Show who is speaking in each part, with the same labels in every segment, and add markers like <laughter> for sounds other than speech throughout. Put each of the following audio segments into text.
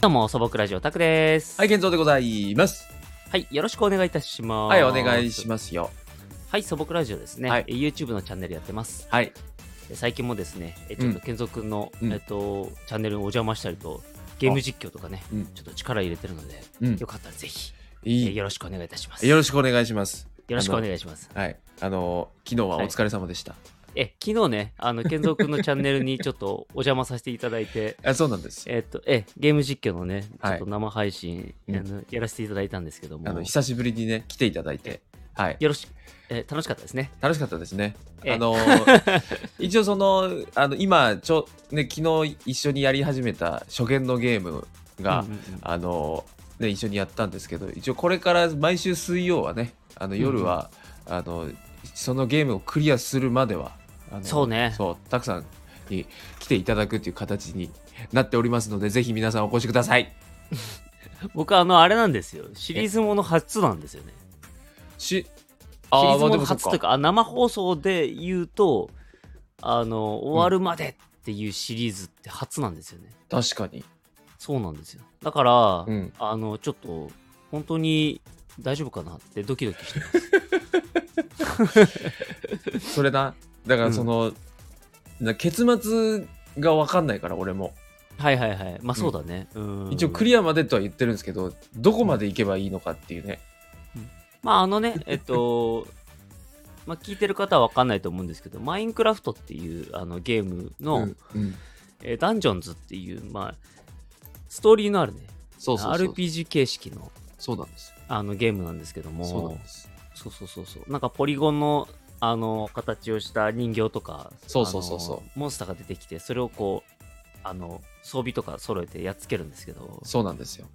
Speaker 1: どうも、素朴ラジオタクです。
Speaker 2: はい、健三でございます。
Speaker 1: はい。よろしくお願いいたします。
Speaker 2: はい、お願いしますよ。
Speaker 1: す。はい、素朴ラジオですね。
Speaker 2: はい
Speaker 1: え YouTube のチャンネルやってます。
Speaker 2: はい。
Speaker 1: え最近もですね、えちょっ
Speaker 2: う
Speaker 1: と
Speaker 2: ん
Speaker 1: 健三くんの、
Speaker 2: うん
Speaker 1: えっと、チャンネルにお邪魔したりと、ゲーム実況とかね、
Speaker 2: うん
Speaker 1: ちょっと力入れてるので、
Speaker 2: うん
Speaker 1: よ。かったらぜひ、え
Speaker 2: いい。
Speaker 1: よろしくお願いいたします。
Speaker 2: よろしくお願いします。
Speaker 1: よろしくお願いします。
Speaker 2: はい。あのー、昨日はお疲れ様でした。
Speaker 1: え、昨日ね、あの、健三くんのチャンネルにちょっとお邪魔させていただい
Speaker 2: <laughs>
Speaker 1: て、
Speaker 2: あそうなんです。
Speaker 1: えっと、え、ゲーム実況のね、ちょ
Speaker 2: はい
Speaker 1: っと生配信、
Speaker 2: うん
Speaker 1: あのやらせていただいたんですけども、
Speaker 2: あの、久しぶりにね、来ていただいて。はい。
Speaker 1: よろしく、え楽しかったですね。
Speaker 2: 楽しかったですね。
Speaker 1: ええ <laughs>
Speaker 2: あのー、一応その、あの、今、ちょ、ね、昨日一緒にやり始めた初見のゲームが、
Speaker 1: うんうんうん
Speaker 2: あのね、一緒にやったんですけど一応これから毎週水曜はねあの夜は、あのそのゲームをクリアするまではあの
Speaker 1: そうね
Speaker 2: そうたくさんに来ていただくっていう形になっておりますのでぜひ皆さんお越しください
Speaker 1: 僕あのあれなんですよシリーズもの初なんですよね
Speaker 2: し
Speaker 1: シリ
Speaker 2: あ
Speaker 1: ー
Speaker 2: ー
Speaker 1: ズ
Speaker 2: ま
Speaker 1: も
Speaker 2: あで
Speaker 1: の
Speaker 2: もそっ
Speaker 1: 初というかあ生放送で言うとあの終わるまでっていうシリーズって初なんですよね、
Speaker 2: 確かに
Speaker 1: そうなんですよだから、
Speaker 2: うん
Speaker 1: あのちょっと本当に大丈夫かなってドキドキして
Speaker 2: <laughs>
Speaker 1: ます
Speaker 2: それなだからその、な結末が分かんないから俺も
Speaker 1: はいはいはいまあそうだね、うん、
Speaker 2: 一応クリアまでとは言ってるんですけどどこまで行けばいいのかっていうね
Speaker 1: まああのねえっと <laughs> まあ聞いてる方は分かんないと思うんですけどマインクラフトっていうあのゲームの、
Speaker 2: うんうん
Speaker 1: えーダンジョンズっていうまあストーリーのあるね
Speaker 2: そうそうそう、
Speaker 1: RPG 形式の
Speaker 2: そうなんです
Speaker 1: あのゲームなんですけども
Speaker 2: そうなんです
Speaker 1: そうそうそうそうなんかポリゴンのあの形をした人形とか
Speaker 2: そうそうそうそう
Speaker 1: あのモンスターが出てきてそれをこうあの装備とか揃えてやっつけるんですけど
Speaker 2: そうなんですよ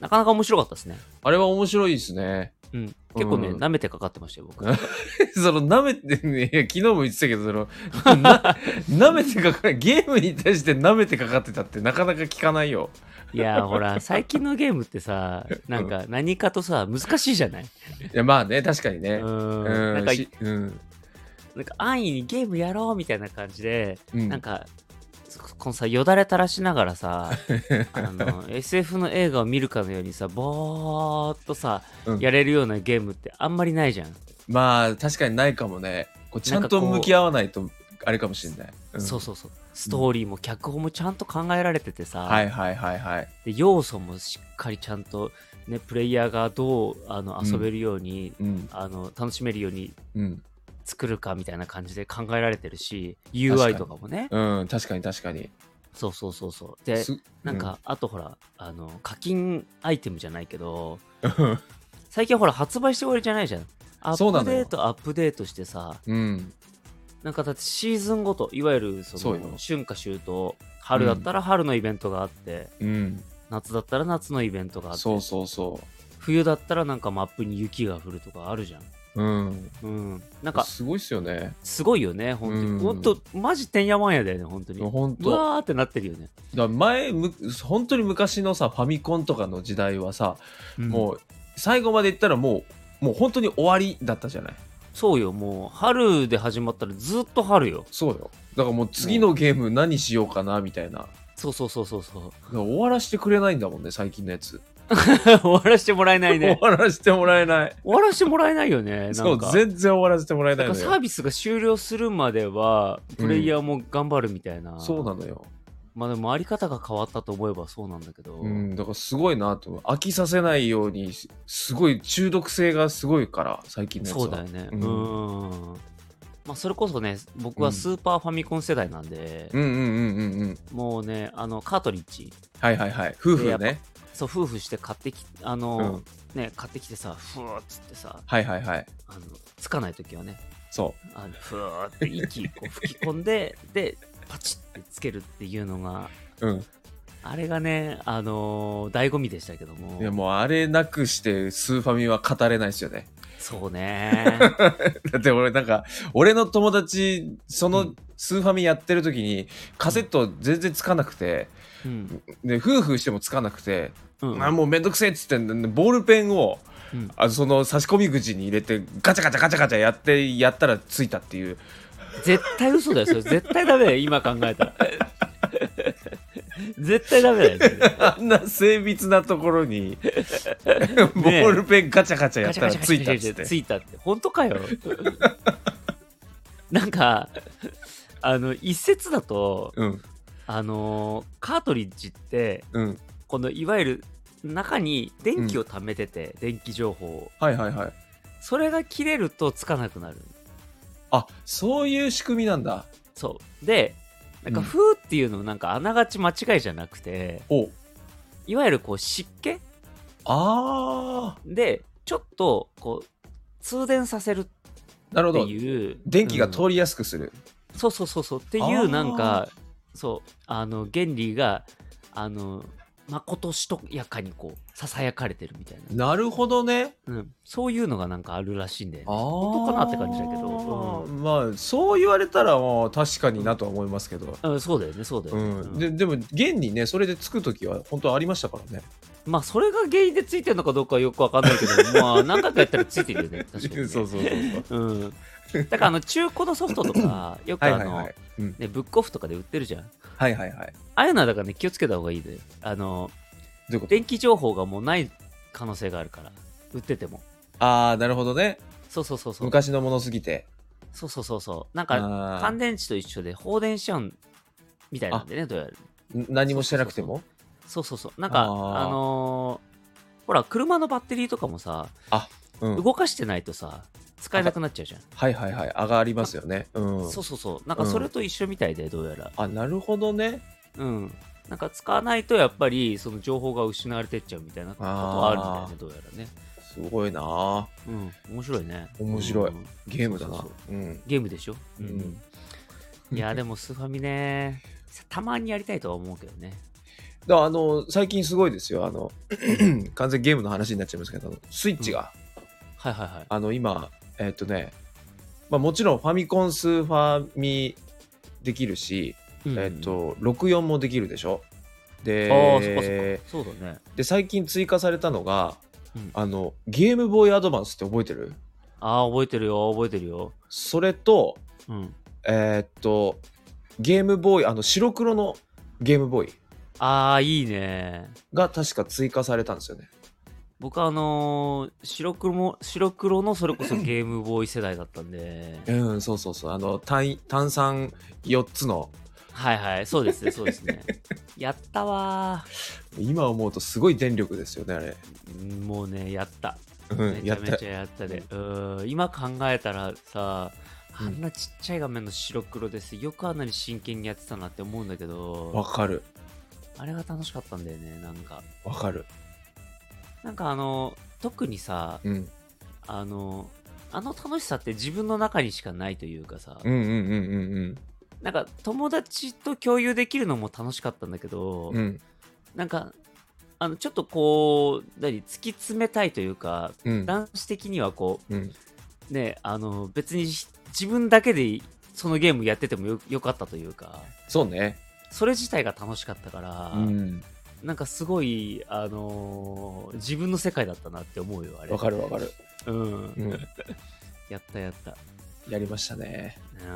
Speaker 1: なかなか面白かったですね、
Speaker 2: あれは面白いですね。
Speaker 1: うん、結構ね、
Speaker 2: うん
Speaker 1: 舐めてかかってましたよ僕
Speaker 2: <laughs> その、舐めて、ね、いや昨日も言ってたけど、その、 <laughs> な舐めてかか、ゲームに対して舐めてかかってたってなかなか聞かないよ。
Speaker 1: いやーほら最近のゲームってさなんか何かとさ難しいじゃない
Speaker 2: いや、まあね、確かに
Speaker 1: う
Speaker 2: ね。うんん。
Speaker 1: なんか
Speaker 2: しうん。
Speaker 1: なんか安易にゲームやろうみたいな感じで
Speaker 2: うん
Speaker 1: なんか、このさ、よだれ垂らしながら
Speaker 2: <laughs>
Speaker 1: さ、あの、SF の映画を見るかのようにさ、ぼーっとさ、
Speaker 2: うん
Speaker 1: やれるようなゲームってあんまりないじゃん。
Speaker 2: まあ、確かにないかもね。こうちゃんと
Speaker 1: なんかこう
Speaker 2: 向き合わないと、あれかもしれない。ん
Speaker 1: そうそうそう。ストーリーも脚本もちゃんと考えられててさ、
Speaker 2: はいはいはいはい。
Speaker 1: で要素もしっかりちゃんと、ね、プレイヤーがどうあの
Speaker 2: うん
Speaker 1: 遊べるように、
Speaker 2: うん。
Speaker 1: あの楽しめるように
Speaker 2: うん。
Speaker 1: 作るかみたいな感じで考えられてるし、
Speaker 2: かに
Speaker 1: UI とかもね。
Speaker 2: うん、確かに確かに。、
Speaker 1: そうそうそうそう。ですなんか、あとほら、あの、課金アイテムじゃないけど、
Speaker 2: うん、
Speaker 1: 最近ほら発売して終わりじゃないじゃんア
Speaker 2: そう
Speaker 1: ッ
Speaker 2: な
Speaker 1: プ
Speaker 2: のよ
Speaker 1: デートアップデートしてさ
Speaker 2: うん。
Speaker 1: なんかだってシーズンごといわゆるそ
Speaker 2: そう
Speaker 1: の
Speaker 2: よ
Speaker 1: 春夏秋冬春だったら春のイベントがあって、
Speaker 2: うん。
Speaker 1: 夏だったら夏のイベントがあって
Speaker 2: そうそうそ
Speaker 1: 冬だったらなんかマップに雪が降るとかあるじゃん
Speaker 2: う。うん。
Speaker 1: うんなんか
Speaker 2: すごいっすよね。
Speaker 1: すごいよね本当に、
Speaker 2: うん
Speaker 1: ほんとマジてんやわんやだよね本当にう
Speaker 2: 本当。
Speaker 1: わーってなってるよね、
Speaker 2: だから前む本当に昔のさファミコンとかの時代はさ、も
Speaker 1: う
Speaker 2: う最後までいったらもうもう本当に終わりだったじゃない
Speaker 1: そうよもう春で始まったらずっと春よ
Speaker 2: そうよだからもう次のゲーム何しようかなみたいなだか
Speaker 1: そうそうそうそうそう
Speaker 2: ら終わらせてくれないんだもんね最近のやつ、 <laughs>
Speaker 1: 終わらせてもらえないね
Speaker 2: 終わらせてもらえない
Speaker 1: <laughs> 終わらせてもらえないよねな
Speaker 2: そ
Speaker 1: ん
Speaker 2: う
Speaker 1: か
Speaker 2: 全然終わらせてもらえ
Speaker 1: だ
Speaker 2: ない
Speaker 1: から
Speaker 2: の
Speaker 1: サ
Speaker 2: よ
Speaker 1: ービスが終了するまではプレイヤーも頑張るみたいな、
Speaker 2: そうなのよ、
Speaker 1: まあでもあり方が変わったと思えばそうなんだけど、
Speaker 2: うん、だからすごいなと思う飽きさせないようにすごい中毒性がすごいから最近のやつは
Speaker 1: そうだよねう
Speaker 2: うんん
Speaker 1: まあそれこそね僕はスーパーファミコン世代なんで
Speaker 2: う、んうんうんうんうん
Speaker 1: もうねあのカートリッジ
Speaker 2: はいはいはい夫婦
Speaker 1: でや
Speaker 2: ね
Speaker 1: っぱそう夫婦して買ってきあの、
Speaker 2: うん
Speaker 1: ね買ってきてさふーっつってさ
Speaker 2: はいはいはい
Speaker 1: あのつかない時はね
Speaker 2: そ
Speaker 1: あのふーって息こう吹き込んででパチッてつけるっていうのが
Speaker 2: ううん
Speaker 1: あれがね、あのー醍醐味でしたけど
Speaker 2: いや
Speaker 1: も、
Speaker 2: もうあれなくしてスーファミは語れないですよね。
Speaker 1: そうね、
Speaker 2: だって俺なんか、俺の友達、そうの
Speaker 1: ん
Speaker 2: スーファミやってる時にカセット全然つかなくて、
Speaker 1: うん
Speaker 2: で、夫婦してもつかなくて、
Speaker 1: うん
Speaker 2: あもうめんどくせえっつってんで、ボールペンを、
Speaker 1: うん
Speaker 2: あその差し込み口に入れてガチャガチャガチャガチャやって、やったらついたっていう。
Speaker 1: 絶対嘘だよ、それ絶対ダメだよ、今考えたら。絶対ダメだよね。
Speaker 2: あんな精密なところにボールペンガチャガチャやったらついたっつって
Speaker 1: ついたって。本当かよ。なんか、あの、一説だと、
Speaker 2: うん
Speaker 1: あのーカートリッジって、
Speaker 2: うん
Speaker 1: このいわゆる中に電気を貯めてて、電気情報を。
Speaker 2: はいはいはい
Speaker 1: それが切れるとつかなくなる。
Speaker 2: あそういう仕組みなんだ
Speaker 1: そう。で、なんか、
Speaker 2: うん
Speaker 1: 風っていうのもなんか、あながち間違いじゃなくて、
Speaker 2: お
Speaker 1: いわゆるこう湿気
Speaker 2: あ
Speaker 1: で、ちょっと、こう、通電させるっ
Speaker 2: ーなるほ
Speaker 1: て
Speaker 2: ど
Speaker 1: いう。
Speaker 2: 電気が
Speaker 1: うん
Speaker 2: 通りやすくする、
Speaker 1: そうそうそうそう。って
Speaker 2: あ
Speaker 1: いう、
Speaker 2: ー
Speaker 1: なんか、そう、あの、原理が、あの、まことしとやかにこう、ささやかれてるみたいな。
Speaker 2: なるほどね
Speaker 1: うん、そういうのがなんかあるらしいんだよね。
Speaker 2: あー
Speaker 1: 本当かなって感じだけど、
Speaker 2: まあそう言われたらまあ確かになとは思いますけど、
Speaker 1: うんうん、そうだよねそうだよ
Speaker 2: う
Speaker 1: ね、
Speaker 2: ん、ででも現にねそれでつく時は本当ありましたからね
Speaker 1: まあそれが原因でついてるのかどうかはよくわかんないけどまあ何回かやったらついてるよね確かに、ね、
Speaker 2: <laughs> そうそうそうそう
Speaker 1: うん、だからあの中古のソフトと
Speaker 2: <laughs>
Speaker 1: かよく <laughs>
Speaker 2: は
Speaker 1: あ
Speaker 2: い
Speaker 1: の、
Speaker 2: はいはい、うん、
Speaker 1: ね、ブックオフとかで売ってるじゃんあ
Speaker 2: はいはいはい
Speaker 1: あいうのはだからね気をつけた方がいいであの
Speaker 2: どういうこと
Speaker 1: 電気情報がもうない可能性があるから売ってても
Speaker 2: ああなるほどね
Speaker 1: そうそうそうそう
Speaker 2: 昔のものすぎて
Speaker 1: そうそうそうそうなんか
Speaker 2: あ
Speaker 1: 乾
Speaker 2: ー
Speaker 1: 電池と一緒で放電しちゃうんみたいなんでねどうやら
Speaker 2: 何もしてなくても
Speaker 1: そうそうそうなんかあ
Speaker 2: あー
Speaker 1: のーほら車のバッテリーとかもさ、
Speaker 2: うん
Speaker 1: 動かしてないとさ使えなくなっちゃうじゃん、
Speaker 2: はいはいはい上がりますよねうん
Speaker 1: そうそうそうなんかそれと一緒みたいでどうやら
Speaker 2: あなるほどね
Speaker 1: うんなんか使わないとやっぱりその情報が失われてっちゃうみたいなことはあるみたい
Speaker 2: あ
Speaker 1: ねどうやらね
Speaker 2: すごいなあ
Speaker 1: うん面白いね
Speaker 2: 面白い
Speaker 1: うん
Speaker 2: ゲームだな
Speaker 1: そうそう
Speaker 2: うん
Speaker 1: ゲームでしょ、うん
Speaker 2: うん
Speaker 1: いやでもスーファミねたまにやりたいとは思うけどね
Speaker 2: だからあの最近すごいですよあの <clears throat> 完全にゲームの話になっちゃいますけどあのスイッチが、
Speaker 1: はいはいはい
Speaker 2: あの今えっ、とね、まあ、もちろんファミコンスーファミできるし、
Speaker 1: うん
Speaker 2: えっ、と64もできるでしょ
Speaker 1: あ
Speaker 2: で
Speaker 1: あそっかそっかそうだね
Speaker 2: で最近追加されたのが、
Speaker 1: うん
Speaker 2: あのゲームボーイアドバンスって覚えてる
Speaker 1: ああ覚えてるよ覚えてるよ
Speaker 2: それと
Speaker 1: うん
Speaker 2: えっとゲームボーイあの白黒のゲームボーイ
Speaker 1: ああいいね
Speaker 2: が確か追加されたんですよね
Speaker 1: 僕あのー白黒も白黒のそれこそゲームボーイ世代だったんで
Speaker 2: うんそうそうそうあの炭炭酸4つの
Speaker 1: はいはいそうですねそうですねやったわ
Speaker 2: 今思うとすごい電力ですよねあれ、
Speaker 1: ーもうねやった
Speaker 2: うん
Speaker 1: め、ち
Speaker 2: や
Speaker 1: ゃ
Speaker 2: っ
Speaker 1: め
Speaker 2: た
Speaker 1: ちゃやったでうーん今考えたらさあんなちっちゃい画面の白黒ですよくあんなに真剣にやってたなって思うんだけ
Speaker 2: わ
Speaker 1: ど
Speaker 2: かる
Speaker 1: あれが楽しかったんだよねなんか
Speaker 2: わかる
Speaker 1: なんかあの特にさ
Speaker 2: うん
Speaker 1: あのあの楽しさって自分の中にしかないというかさ、
Speaker 2: うんうんうんうん
Speaker 1: なんか友達と共有できるのも楽しかったんだけど、
Speaker 2: うんうん
Speaker 1: なんかあのちょっとこう何突き詰めたいというか
Speaker 2: うん
Speaker 1: 男子的にはこ
Speaker 2: うん
Speaker 1: うねあの別にひ自分だけでそのゲームやっててもよよかったというか
Speaker 2: そうね
Speaker 1: それ自体が楽しかったから、
Speaker 2: うん
Speaker 1: なんかすごい、あのー自分の世界だったなって思うよあれ
Speaker 2: わかるわかる、
Speaker 1: うん、
Speaker 2: うん、
Speaker 1: やったやった
Speaker 2: やりましたね
Speaker 1: う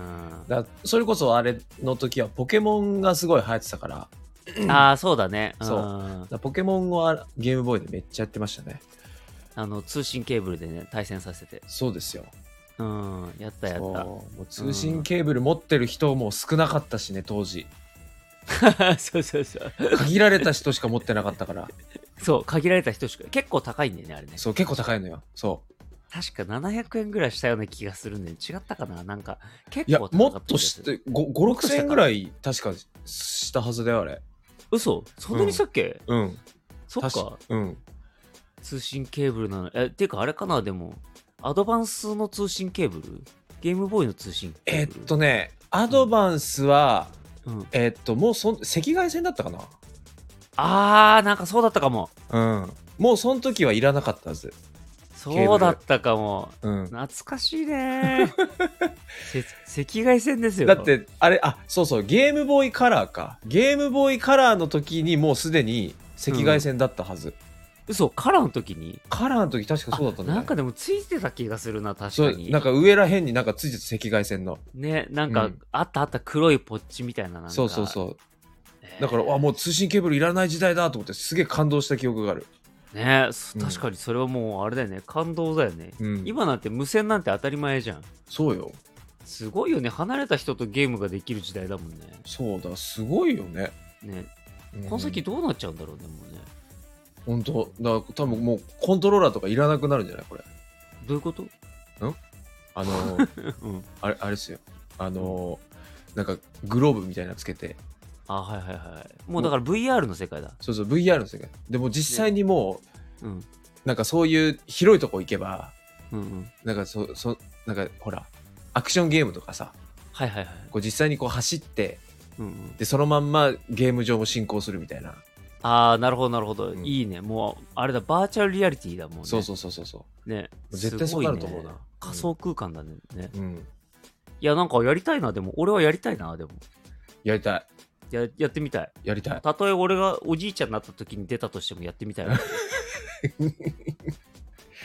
Speaker 1: ん
Speaker 2: だそれこそあれの時はポケモンがすごい流行ってたからだか
Speaker 1: ああそうだね
Speaker 2: そ
Speaker 1: うん
Speaker 2: らポケモンをあゲームボーイでめっちゃやってましたね
Speaker 1: あの通信ケーブルでね対戦させて
Speaker 2: そうですよ
Speaker 1: うんやったや
Speaker 2: そう
Speaker 1: った
Speaker 2: もう通信ケーブル持ってる人も少なかったしね当時
Speaker 1: <laughs> そうそうそう。
Speaker 2: 限られた人しか持ってなかったから
Speaker 1: そう、限られた人しか、結構高いんだよね、あれね。
Speaker 2: そう結構高いのよそう
Speaker 1: 確か700円ぐらいしたような気がするんだよね。違ったかななんか、
Speaker 2: い
Speaker 1: 結
Speaker 2: や
Speaker 1: 構高かった
Speaker 2: もっとし
Speaker 1: 気がする
Speaker 2: て56000円ぐらい確かしたはずだよあれ
Speaker 1: 嘘そんなにしたっけ、
Speaker 2: うん
Speaker 1: そっか。
Speaker 2: うん
Speaker 1: 通信ケーブルなの。え、ていうかあれかなでも、アドバンスの通信ケーブルゲームボーイの通信
Speaker 2: え
Speaker 1: ケーブル
Speaker 2: っとねアドバンスは、
Speaker 1: うん、
Speaker 2: えっともうそん赤外線だったか
Speaker 1: あー、なんかそうだったかも。
Speaker 2: なうんもうその時はいらなかったはずーブ
Speaker 1: そ
Speaker 2: ル
Speaker 1: うだったかも。
Speaker 2: うん
Speaker 1: 懐かしいねせ赤外線ですよ。
Speaker 2: だっ、てあれあそうそうゲームボーイカラーかゲームボーイカラーの時にもうすでに赤外線だったはず、
Speaker 1: 嘘、カラーの時に
Speaker 2: カラーの時確かそうだったんだ、
Speaker 1: あ
Speaker 2: ね、
Speaker 1: なんかでもついてた気がするな、確
Speaker 2: そ
Speaker 1: か
Speaker 2: う
Speaker 1: に。
Speaker 2: なんか上らへんになんかついてた赤外線の
Speaker 1: ね、なん
Speaker 2: う
Speaker 1: か
Speaker 2: ん
Speaker 1: あったあった黒いポッチみたいななんか。
Speaker 2: そうそうそう
Speaker 1: え
Speaker 2: だからあもう通信ケーブルいらない時代だと思ってすげえ感動した記憶がある、
Speaker 1: ね
Speaker 2: うん
Speaker 1: 確かにそれはもうあれだよね感動だよね、
Speaker 2: うん、
Speaker 1: 今なんて無線なんて当たり前じゃん
Speaker 2: そうよ
Speaker 1: すごいよね離れた人とゲームができる時代だもんね
Speaker 2: そうだすごいよね、
Speaker 1: ね
Speaker 2: うん
Speaker 1: この先どうなっちゃうんだろうねもうね
Speaker 2: 本当だから多分もうコントローラーとかいらなくなるんじゃないこれ
Speaker 1: どういうこと
Speaker 2: あ <laughs> のー
Speaker 1: うん
Speaker 2: あれあれですよあのーなんかグローブみたいなのつけて
Speaker 1: あはいはいはいもうだから VR の世界だ
Speaker 2: そうそう VR の世界でも実際にもう
Speaker 1: うん
Speaker 2: なんかそういう広いとこ行けば
Speaker 1: うんうん
Speaker 2: なんかそそなんかほらアクションゲームとかさ
Speaker 1: はいはいはい
Speaker 2: こう実際にこう走って
Speaker 1: うんうん
Speaker 2: でそのまんまゲーム上も進行するみたいな、
Speaker 1: ああなるほどなるほど、
Speaker 2: うん
Speaker 1: いいねもうあれだバーチャルリアリティだもんね
Speaker 2: そうそうそうそうそう
Speaker 1: ね
Speaker 2: 絶対
Speaker 1: すごい
Speaker 2: そうなると思うな
Speaker 1: ね
Speaker 2: うん
Speaker 1: 仮想空間だねね
Speaker 2: う、うん、
Speaker 1: いやなんかやりたいなでも俺はやりたいなでも
Speaker 2: やりたい
Speaker 1: ややってみたい
Speaker 2: やりたい
Speaker 1: たとえ俺がおじいちゃんになった時に出たとしてもやってみたい
Speaker 2: <laughs>
Speaker 1: わ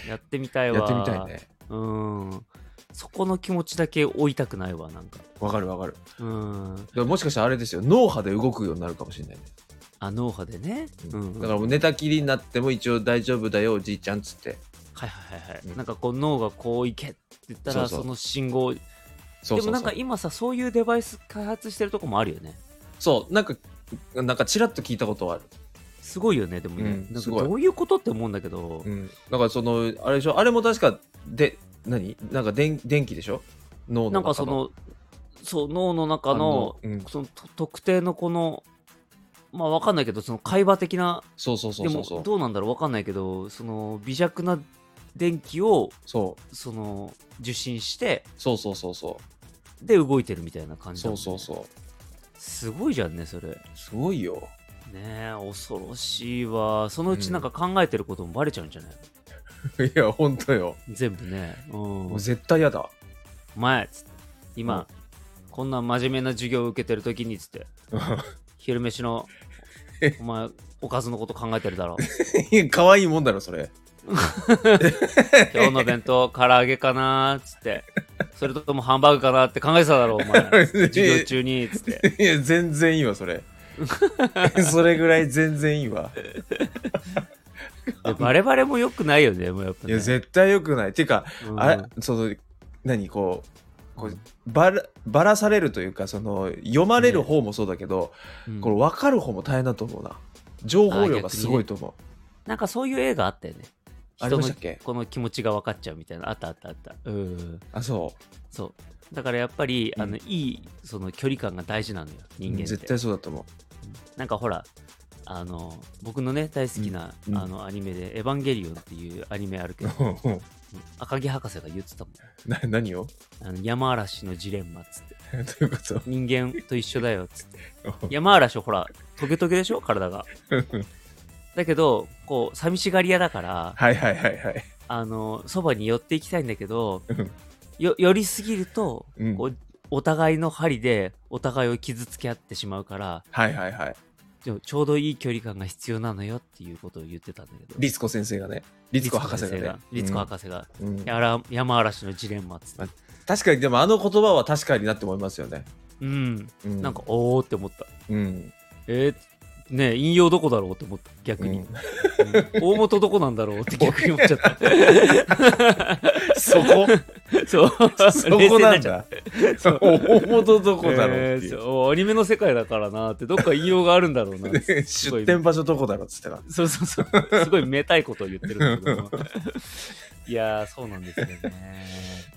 Speaker 1: やってみたいわ
Speaker 2: やってみたいね
Speaker 1: うーんそこの気持ちだけ追いたくないわなんか
Speaker 2: わかるわかる
Speaker 1: うーん
Speaker 2: だからもしかしたらあれですよ脳波で動くようになるかもしれないね
Speaker 1: あ脳波でね、う
Speaker 2: うんん
Speaker 1: うん
Speaker 2: だからもう寝たきりになっても一応大丈夫だよおじいちゃんっつって
Speaker 1: はいはいはいはい、
Speaker 2: うん
Speaker 1: なんかこう脳がこういけって言ったら
Speaker 2: そうそう
Speaker 1: その信号
Speaker 2: そう
Speaker 1: で
Speaker 2: そうそう
Speaker 1: もなんか今さそういうデバイス開発してるとこもあるよね
Speaker 2: そうなんかなんかチラッと聞いたことはある、
Speaker 1: すごいよねでもね、
Speaker 2: うん
Speaker 1: なん
Speaker 2: す
Speaker 1: か
Speaker 2: ごい
Speaker 1: どういうことって思うんだけど、
Speaker 2: うん、だからそのあれでしょあれも確かで何なんか電電気でしょ脳の
Speaker 1: なんかそのそう脳の中の
Speaker 2: 反応うん
Speaker 1: そのと特定のこのまあわかんないけどその会話的な
Speaker 2: そうそうそうそう
Speaker 1: で
Speaker 2: そ
Speaker 1: も
Speaker 2: う
Speaker 1: どうなんだろうわかんないけどその微弱な電気を
Speaker 2: そう
Speaker 1: その受信して
Speaker 2: そうそうそうそう
Speaker 1: で動いてるみたいな感じだ
Speaker 2: そ
Speaker 1: もん
Speaker 2: う
Speaker 1: ね
Speaker 2: そうそう
Speaker 1: すごいじゃんねそれね
Speaker 2: すご
Speaker 1: <laughs>
Speaker 2: いよ
Speaker 1: え恐ろしいわそのうちなんか考えてることもバレちゃうんじゃない、
Speaker 2: いやほんとよ
Speaker 1: 全部ねうん
Speaker 2: もう絶対やだ <laughs>
Speaker 1: お前っつって今、こんな真面目な授業を受けてる時にっつって昼飯のお前おかずのこと考えてるだろ
Speaker 2: いや可愛いもんだろそれ
Speaker 1: 今日の弁当唐揚げかなーっつってそれともハンバーグかなって考えてただ
Speaker 2: <laughs>
Speaker 1: ろお前授業中にっつって
Speaker 2: いや全然いいわそれ
Speaker 1: <laughs>
Speaker 2: それぐらい全然いいわ
Speaker 1: でバレバレもよくないよねもうやっぱ、
Speaker 2: い
Speaker 1: ね、
Speaker 2: や絶対よくないっていうか
Speaker 1: うん
Speaker 2: あれその何こうこうばらばらされるというかその読まれる方もそうだけど、
Speaker 1: うん
Speaker 2: これ分かる方も大変だと思うな情報量がすごいと思う
Speaker 1: なんかそういう映画あったよね
Speaker 2: あ,、
Speaker 1: 人
Speaker 2: りま
Speaker 1: の
Speaker 2: したっけ
Speaker 1: この気持ちが分かっちゃうみたいなあったあったあったうん
Speaker 2: あそ
Speaker 1: そうだからやっぱり、
Speaker 2: うん
Speaker 1: あのいいその距離感が大事なのよ
Speaker 2: う
Speaker 1: 人間って
Speaker 2: 絶対そうだと思
Speaker 1: なんかほらあの僕のね大好きな、
Speaker 2: うんうん
Speaker 1: あのアニメで「エヴァンゲリオン」っていうアニメあ
Speaker 2: <laughs>
Speaker 1: るけど
Speaker 2: う
Speaker 1: <laughs>
Speaker 2: うん
Speaker 1: 赤木博士が言ってたもん
Speaker 2: な何を <laughs>
Speaker 1: あの山嵐のジレンマっつって
Speaker 2: どういうこと
Speaker 1: 人間と一緒だよっつって山嵐ほらトゲトゲでしょ体がだけどこう寂しがり屋だから
Speaker 2: はいはいはいはい
Speaker 1: あのそばに寄っていきたいんだけど
Speaker 2: うん
Speaker 1: よ寄りすぎると、
Speaker 2: うん
Speaker 1: こうお互いの針でお互いを傷つけ合ってしまうから
Speaker 2: はいはいはい
Speaker 1: ちょちょうどいい距離感が必要なのよっていうことを言ってたんだけど
Speaker 2: リツコ先生がねリツコ博士がね
Speaker 1: リツコ博士が、
Speaker 2: うんうん
Speaker 1: やら山嵐のジレンマっつって、
Speaker 2: 確かにでもあの言葉は確かになって思いますよね、
Speaker 1: うん、
Speaker 2: う
Speaker 1: なんか、おーって思った。
Speaker 2: うん、
Speaker 1: えー、ねえ引用どこだろうって思った、逆に。
Speaker 2: うん
Speaker 1: うん大元どこなんだろうって逆に思っちゃった。<laughs>
Speaker 2: そこ
Speaker 1: そう、
Speaker 2: そこなんだ。
Speaker 1: そう
Speaker 2: 大元どこ
Speaker 1: 冷静になっちゃう
Speaker 2: だろうっ
Speaker 1: えー
Speaker 2: ていう。
Speaker 1: そうアニメの世界だからなって、どっか引用があるんだろうな
Speaker 2: <laughs>
Speaker 1: って。
Speaker 2: 出店場所どこだろうっつってた。
Speaker 1: そうそうそう、すごいめたいことを言ってるんだけど。
Speaker 2: <laughs>
Speaker 1: いやー、そうなんですよね。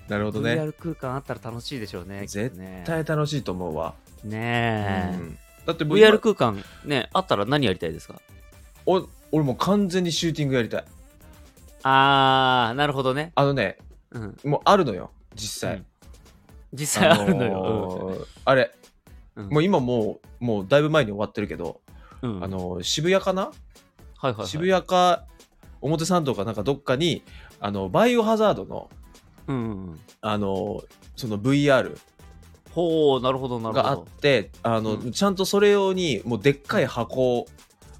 Speaker 2: なるほどね。
Speaker 1: VR 空間あったら楽しいでしょうね。
Speaker 2: 絶
Speaker 1: ね
Speaker 2: 絶対楽しいと思うわ。
Speaker 1: ねえ、
Speaker 2: うんだって
Speaker 1: VR
Speaker 2: VR
Speaker 1: 空間ね、あったら何やりたいですか
Speaker 2: お俺もう完全にシューティングやりたい。
Speaker 1: あー、なるほどね。
Speaker 2: あのね、
Speaker 1: うん。
Speaker 2: もうあるのよ、実
Speaker 1: う
Speaker 2: 際
Speaker 1: ん。実際あるのよ。
Speaker 2: ーあれ、
Speaker 1: うん
Speaker 2: もう今もう、もうだいぶ前に終わってるけど、
Speaker 1: うん
Speaker 2: あのー渋谷かな
Speaker 1: はいはいはい、
Speaker 2: 渋谷か表参道かなんかどっかに、あのバイオハザードの、
Speaker 1: うんうんうん、
Speaker 2: あのーその VR
Speaker 1: ほうなるほどなる
Speaker 2: が
Speaker 1: ほ
Speaker 2: あ
Speaker 1: ど
Speaker 2: ってあの、
Speaker 1: うん
Speaker 2: ちゃんとそれ用にもうでっかい箱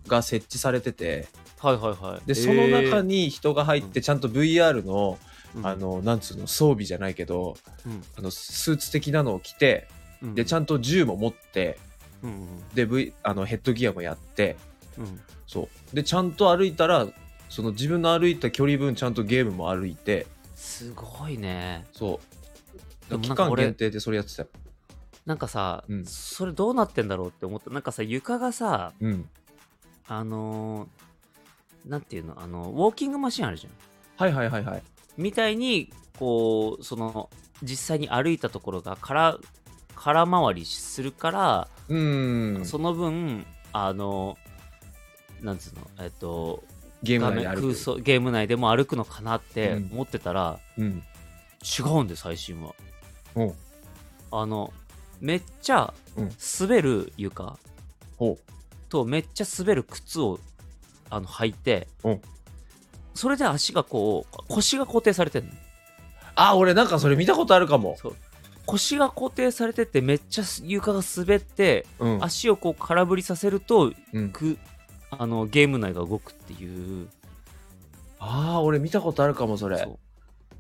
Speaker 2: が設置されてて
Speaker 1: はいはいはい
Speaker 2: でその中
Speaker 1: に、
Speaker 2: に人が入ってちゃんと VR の,、
Speaker 1: うん
Speaker 2: あのなんつうの装備じゃないけど
Speaker 1: うん
Speaker 2: あのスーツ的なのを着て
Speaker 1: うん
Speaker 2: でちゃんと銃も持って
Speaker 1: うん
Speaker 2: で、v、あのヘッドギアもやって
Speaker 1: うん
Speaker 2: そうでちゃんと歩いたらその自分の歩いた距離分ちゃんとゲームも歩いて
Speaker 1: すごいね
Speaker 2: そう
Speaker 1: でも
Speaker 2: 期
Speaker 1: なんか
Speaker 2: 間
Speaker 1: 俺
Speaker 2: 限定でそれやってたよ
Speaker 1: なんかさ、
Speaker 2: うん
Speaker 1: それどうなってんだろうって思ったなんかさ床がさ
Speaker 2: うん
Speaker 1: あのーなんていうのあのウォーキングマシンあるじゃん
Speaker 2: はいはいはいはい
Speaker 1: みたいにこうその実際に歩いたところがから空回りするから、
Speaker 2: うーん
Speaker 1: その分あのなんつうのえっと
Speaker 2: ゲーム
Speaker 1: 画
Speaker 2: 内
Speaker 1: 面
Speaker 2: で歩
Speaker 1: 空
Speaker 2: く
Speaker 1: 想ゲーム内でも歩くのかなって
Speaker 2: うん
Speaker 1: 思ってたら、
Speaker 2: うん
Speaker 1: 違うんで最新は
Speaker 2: ほう
Speaker 1: あのめっちゃ
Speaker 2: うん
Speaker 1: 滑る床
Speaker 2: ほ
Speaker 1: とめっちゃ滑る靴をあの履いて、
Speaker 2: うん
Speaker 1: それで足がこう腰が固定されてるの
Speaker 2: うあ俺なんかそれ見たことあるかも
Speaker 1: そう腰が固定されててめっちゃ床が滑って
Speaker 2: うん
Speaker 1: 足をこう空振りさせると
Speaker 2: うん
Speaker 1: ぐあのゲーム内が動くっていう
Speaker 2: あー俺見たことあるかもそれ
Speaker 1: そう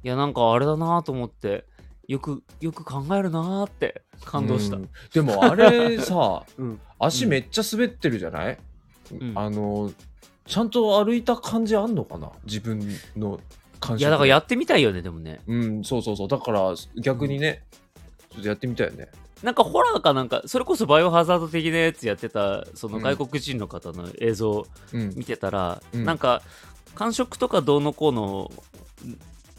Speaker 1: いやなんかあれだなと思ってよくよく考えるなーって感動した
Speaker 2: うんでもあれさ
Speaker 1: うん
Speaker 2: 足めっちゃ滑ってるじゃない、
Speaker 1: ん
Speaker 2: あのちゃんと歩いた感じあんのかな自分の感触
Speaker 1: いやだからやってみたいよねでもね
Speaker 2: うんそうそうそうだから逆にね、ちょっとやってみたいよね
Speaker 1: なんかホラーかなんかそれこそバイオハザード的なやつやってたその
Speaker 2: うん
Speaker 1: 外国人の方の映像
Speaker 2: うん
Speaker 1: 見てたら、
Speaker 2: うん
Speaker 1: なんか感触とかどうのこうの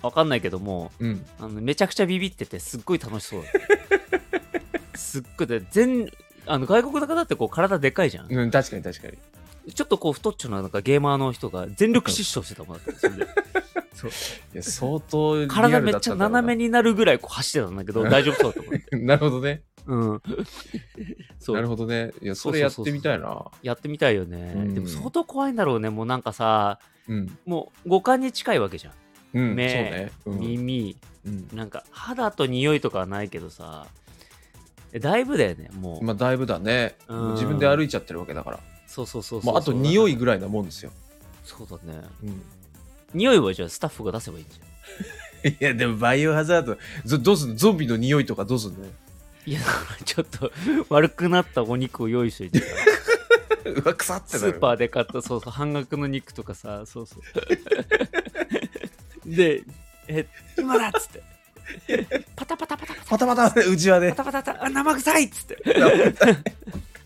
Speaker 1: わかんないけども
Speaker 2: うん
Speaker 1: あのめちゃくちゃビビっててすっごい楽し
Speaker 2: <laughs>
Speaker 1: そうだったすっごいで全あの外国の方ってこう体でかいじゃん、
Speaker 2: うん、確かに確かに
Speaker 1: ちょっとこう太っちょななんかゲーマーの人が全力疾走してたもんだったそれで
Speaker 2: いや相当リア
Speaker 1: 体
Speaker 2: ル
Speaker 1: め
Speaker 2: だ
Speaker 1: っ
Speaker 2: っ
Speaker 1: ち
Speaker 2: た
Speaker 1: ゃ
Speaker 2: んだろうな
Speaker 1: 斜めになるぐらいこう走ってたんだけど大丈夫そうだと思って
Speaker 2: <laughs> なるほどね <laughs>
Speaker 1: うんそう
Speaker 2: なるほどねいや
Speaker 1: そ
Speaker 2: そう
Speaker 1: そうそうそう
Speaker 2: れやってみたいな
Speaker 1: やってみたいよね、
Speaker 2: うん
Speaker 1: でも相当怖いんだろうねもうなんかさ
Speaker 2: うん
Speaker 1: もう五感に近いわけじゃん、
Speaker 2: うん、
Speaker 1: ね
Speaker 2: そうね
Speaker 1: 耳
Speaker 2: うん、
Speaker 1: なんか肌と匂いとかはないけどさえだいぶだよねも
Speaker 2: う
Speaker 1: う、
Speaker 2: ん、まあだいぶだね、
Speaker 1: うん
Speaker 2: 自分で歩いちゃってるわけだから
Speaker 1: そうそうそうそう
Speaker 2: まああと匂
Speaker 1: い
Speaker 2: いぐらいなもんですよ、
Speaker 1: そうだね
Speaker 2: うん、
Speaker 1: 匂いはじゃあスタッフが出せばいいんじゃん
Speaker 2: いやでもバイオハザードゾどうすんのゾンビの匂いとかどうすんの
Speaker 1: いやだ <laughs> からちょっと悪くなったお肉を用意しと
Speaker 2: <laughs>
Speaker 1: いてさ
Speaker 2: うわ腐って
Speaker 1: ス
Speaker 2: なる
Speaker 1: ーパーで買ったそうそう半額の肉とかさそうそう <laughs> でえ今だっ
Speaker 2: <laughs>
Speaker 1: つってパタパタパタパタ
Speaker 2: パタパタうち
Speaker 1: <laughs>
Speaker 2: はね
Speaker 1: パタパタパタあ生臭いっつって <laughs>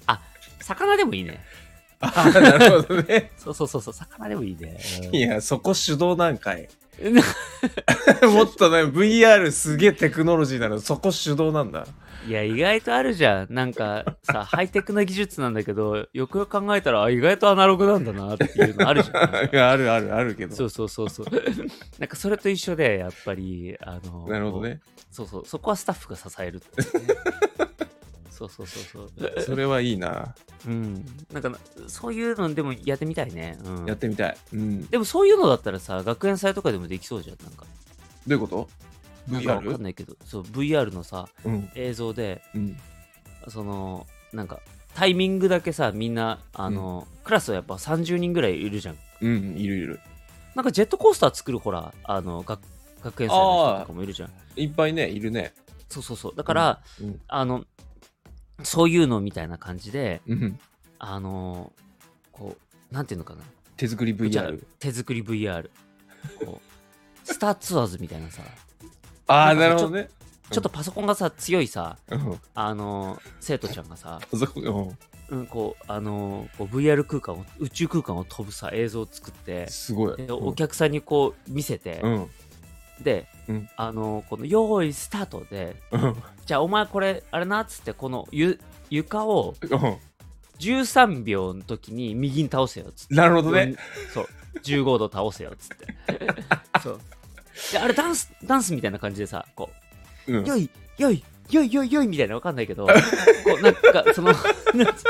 Speaker 1: あ魚でもいいね
Speaker 2: <laughs> あなるほどね
Speaker 1: そうそうそうそう魚でもいいね
Speaker 2: いやそこ手動なんか <laughs> い
Speaker 1: うん
Speaker 2: もっとね VR すげえテクノロジーなのそこ手動なんだ
Speaker 1: いや意外とあるじゃんなんか <laughs> さハイテクな技術なんだけどよくよく考えたらあ意外とアナログなんだなっていうのあるじゃん <laughs> なんか
Speaker 2: いやあるあるあるけど
Speaker 1: そうそうそう <laughs> そうなんかそれと一緒でやっぱりあの
Speaker 2: なるほどね
Speaker 1: そうそうそこはスタッフが支えるっていう <laughs> ねそうそうそうそう
Speaker 2: それはいいな
Speaker 1: うんなんかなそういうのでもやってみたいね、うん、
Speaker 2: やってみたい、うん、ど
Speaker 1: でもそういうのだったらさ学園祭とかでもできそうじゃんなんか
Speaker 2: ういうこと
Speaker 1: なんかわかんないけどそう VR のさ
Speaker 2: うん
Speaker 1: 映像で
Speaker 2: うん
Speaker 1: そのなんかタイミングだけさみんなあの、クラスはやっぱ30人ぐらいいるじゃん
Speaker 2: うんいるいる
Speaker 1: なんかジェットコースター作るほらあの学学園祭の人とかもいるじゃん
Speaker 2: いっぱいねいるね
Speaker 1: そうそうそうだから、
Speaker 2: うん
Speaker 1: あのそういうのみたいな感じで
Speaker 2: うん
Speaker 1: あのこうなんていうのかな
Speaker 2: 手作り
Speaker 1: じゃあ
Speaker 2: VR
Speaker 1: 手作り VR こうスターツアーズみたいなさ
Speaker 2: ああ
Speaker 1: な
Speaker 2: なんる
Speaker 1: か
Speaker 2: ほ
Speaker 1: ちょ
Speaker 2: どね
Speaker 1: ちょっとパソコンがさ強いさ
Speaker 2: うん
Speaker 1: あの生徒ちゃんがさ、
Speaker 2: あそこうん
Speaker 1: うん、こうあのこう VR 空間を宇宙空間を飛ぶさ映像を作って
Speaker 2: すごい
Speaker 1: でお客さんにこう見せて、
Speaker 2: うん
Speaker 1: で、
Speaker 2: うん
Speaker 1: あのこの「用意スタートで」
Speaker 2: うんうん
Speaker 1: じゃあお前これあれな」っつってこのゆ床を
Speaker 2: うん <laughs>
Speaker 1: 13秒の時に右に倒せよっつって
Speaker 2: なるほどね
Speaker 1: そう15度倒せよっつって
Speaker 2: <laughs>
Speaker 1: そうであれダンスダンスみたいな感じでさこ
Speaker 2: う
Speaker 1: うん「よいよいよいよいよい」みたいなわかんない
Speaker 2: <laughs>
Speaker 1: けどこうなんかその <laughs> なんつ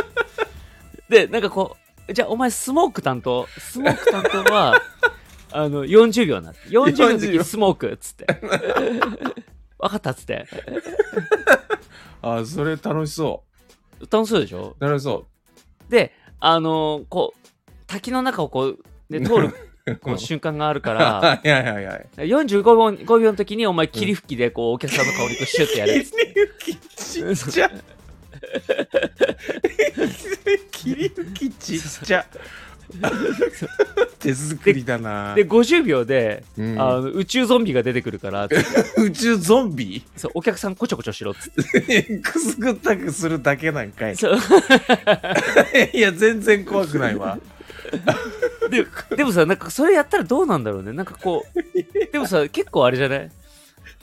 Speaker 1: でなんかこうじゃあお前スモーク担当スモーク担当
Speaker 2: <laughs>
Speaker 1: はあの40秒なって40秒の時にスモークっつって <laughs> わかったっつって
Speaker 2: あーそれ楽しそ
Speaker 1: 楽しそうでしょ
Speaker 2: う楽しそ
Speaker 1: であのーこう滝の中をこうで通る
Speaker 2: う
Speaker 1: こう瞬間があるから
Speaker 2: はいはいはいはい
Speaker 1: 45秒5秒の時にお前霧吹きでこうお客さんの顔にこうシュッてやるっつって
Speaker 2: ちっちゃちっちゃ。手作りだな。
Speaker 1: で50秒で、
Speaker 2: うん
Speaker 1: あの宇宙ゾンビが出てくる
Speaker 2: <laughs>
Speaker 1: からつって
Speaker 2: 宇宙ゾンビ
Speaker 1: そうお客さんこちょこちょしろっつって
Speaker 2: くすぐったくするだけなんかい。
Speaker 1: そう
Speaker 2: いや、全然怖くないわ。
Speaker 1: ででもさなんかそれやったらどうなんだろうねなんかこうでもさ結構あれじゃない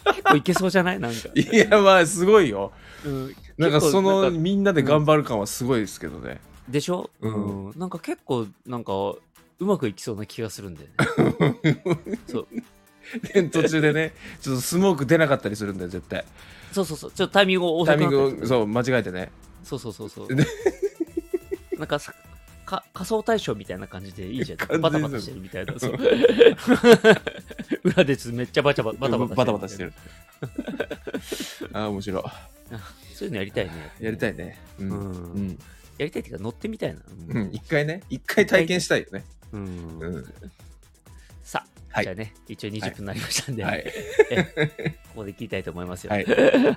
Speaker 1: 結構いけそうじゃないなんか、
Speaker 2: いや、まあ、すごいよ。
Speaker 1: うん、
Speaker 2: なんか
Speaker 1: 結構
Speaker 2: その
Speaker 1: なんか
Speaker 2: みんなで頑張る感はすごいですけど
Speaker 1: <laughs>
Speaker 2: ね。
Speaker 1: でしょ、
Speaker 2: う
Speaker 1: うんんなんか結構なんかうまくいきそうな気がするんだよねそう
Speaker 2: で途中でね、ちょっとスモーク出なかったりするんだよ、絶対。
Speaker 1: そうそうそうちょっとタイミングを
Speaker 2: タ
Speaker 1: 遅
Speaker 2: イ
Speaker 1: く
Speaker 2: ミ
Speaker 1: な
Speaker 2: ン
Speaker 1: ったり
Speaker 2: グを、そう、間違えてね。
Speaker 1: そうそうそうそう
Speaker 2: ね
Speaker 1: なんかさか仮想対象みたいな感じでいいじゃ
Speaker 2: 完全
Speaker 1: ん
Speaker 2: に
Speaker 1: バタバタしてるみたいなそう裏でちょっとめっちゃバタバタバタ
Speaker 2: バタバタしてる。 <laughs> ああ、面白
Speaker 1: そういうのやりたいね
Speaker 2: い。やりた
Speaker 1: い
Speaker 2: いね。う。
Speaker 1: うんん、
Speaker 2: うん。
Speaker 1: やりたいっていうか乗ってみたいな
Speaker 2: うん一回ね、一回体験したいよね。
Speaker 1: うん、うん
Speaker 2: うん。
Speaker 1: さあ、
Speaker 2: はい
Speaker 1: じゃあね一応20分になりましたんで、
Speaker 2: はい。
Speaker 1: ここで切りたいと思いますよ
Speaker 2: はい。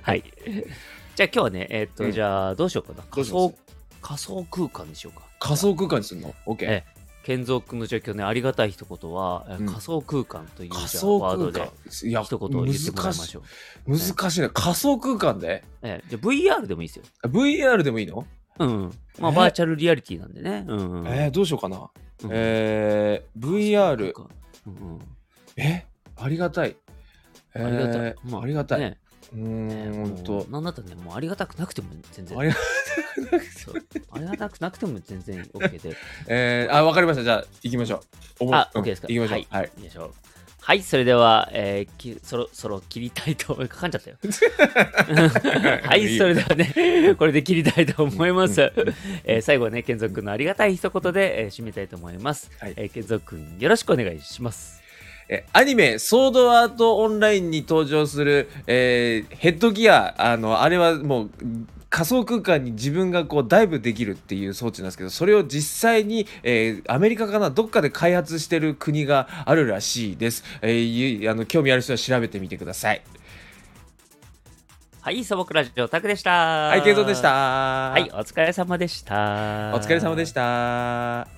Speaker 1: はい。 <laughs> じゃあ今日はね、えーっと、
Speaker 2: うん
Speaker 1: じゃあどうしようかな。
Speaker 2: どう
Speaker 1: 仮
Speaker 2: しま
Speaker 1: 想
Speaker 2: す、
Speaker 1: 仮想空間にしようか。
Speaker 2: 仮想空間にするの ?OK
Speaker 1: え。健三君の状況ね、ありがたい一言は、えー
Speaker 2: うん
Speaker 1: 仮想空間というじゃあ
Speaker 2: 仮想
Speaker 1: ワード
Speaker 2: 空
Speaker 1: で
Speaker 2: 間。いや
Speaker 1: 一言を言ってもらいましょう。
Speaker 2: 難しい難しいね。仮想空間で
Speaker 1: ええじゃあ VR でもいいですよ。
Speaker 2: ?VR でもいいの
Speaker 1: うん。まあ、
Speaker 2: え
Speaker 1: バーチャルリアリティなんでね。うんうん、
Speaker 2: えー、どうしようかな。
Speaker 1: うん
Speaker 2: えー、VR。
Speaker 1: 仮想空間うんうん
Speaker 2: えありがたい。えー
Speaker 1: ありがたい。ま
Speaker 2: ありがたい。
Speaker 1: ね
Speaker 2: うーん、ほん
Speaker 1: も
Speaker 2: と
Speaker 1: う。なんだったらね、もうありがたくなくても全然。
Speaker 2: ありが
Speaker 1: そうありがたくなくても全然 OK <laughs> で。
Speaker 2: えー、あ、わかりました。じゃあ、行きましょう。おも
Speaker 1: あ、
Speaker 2: うん
Speaker 1: OK ですか。
Speaker 2: 行きましょう。
Speaker 1: は
Speaker 2: はいい。。
Speaker 1: 行きましょうはい、それでは、えーきそろそろ切りたい <laughs> と、かかんじゃったよ。 <laughs> は
Speaker 2: <laughs> いい
Speaker 1: い、
Speaker 2: よ
Speaker 1: それでは <laughs> ね、これで切りたいと思います。えー最後はね、健三君のありがたい一言で、えー締めたいと思います。
Speaker 2: はい
Speaker 1: えー、健三君、よろしくお願いします。
Speaker 2: えアニメ「ソードアートオンライン」に登場する、えーヘッドギアあのあれはもう仮想空間に自分がこうダイブできるっていう装置なんですけどそれを実際に、えーアメリカかなどっかで開発してる国があるらしいです、えーゆあの興味ある人は調べてみてください
Speaker 1: はい、素朴ラジオ、タクでした。
Speaker 2: はい、ケイゾウでした
Speaker 1: はい、お疲れ様でした。
Speaker 2: お疲れ様でした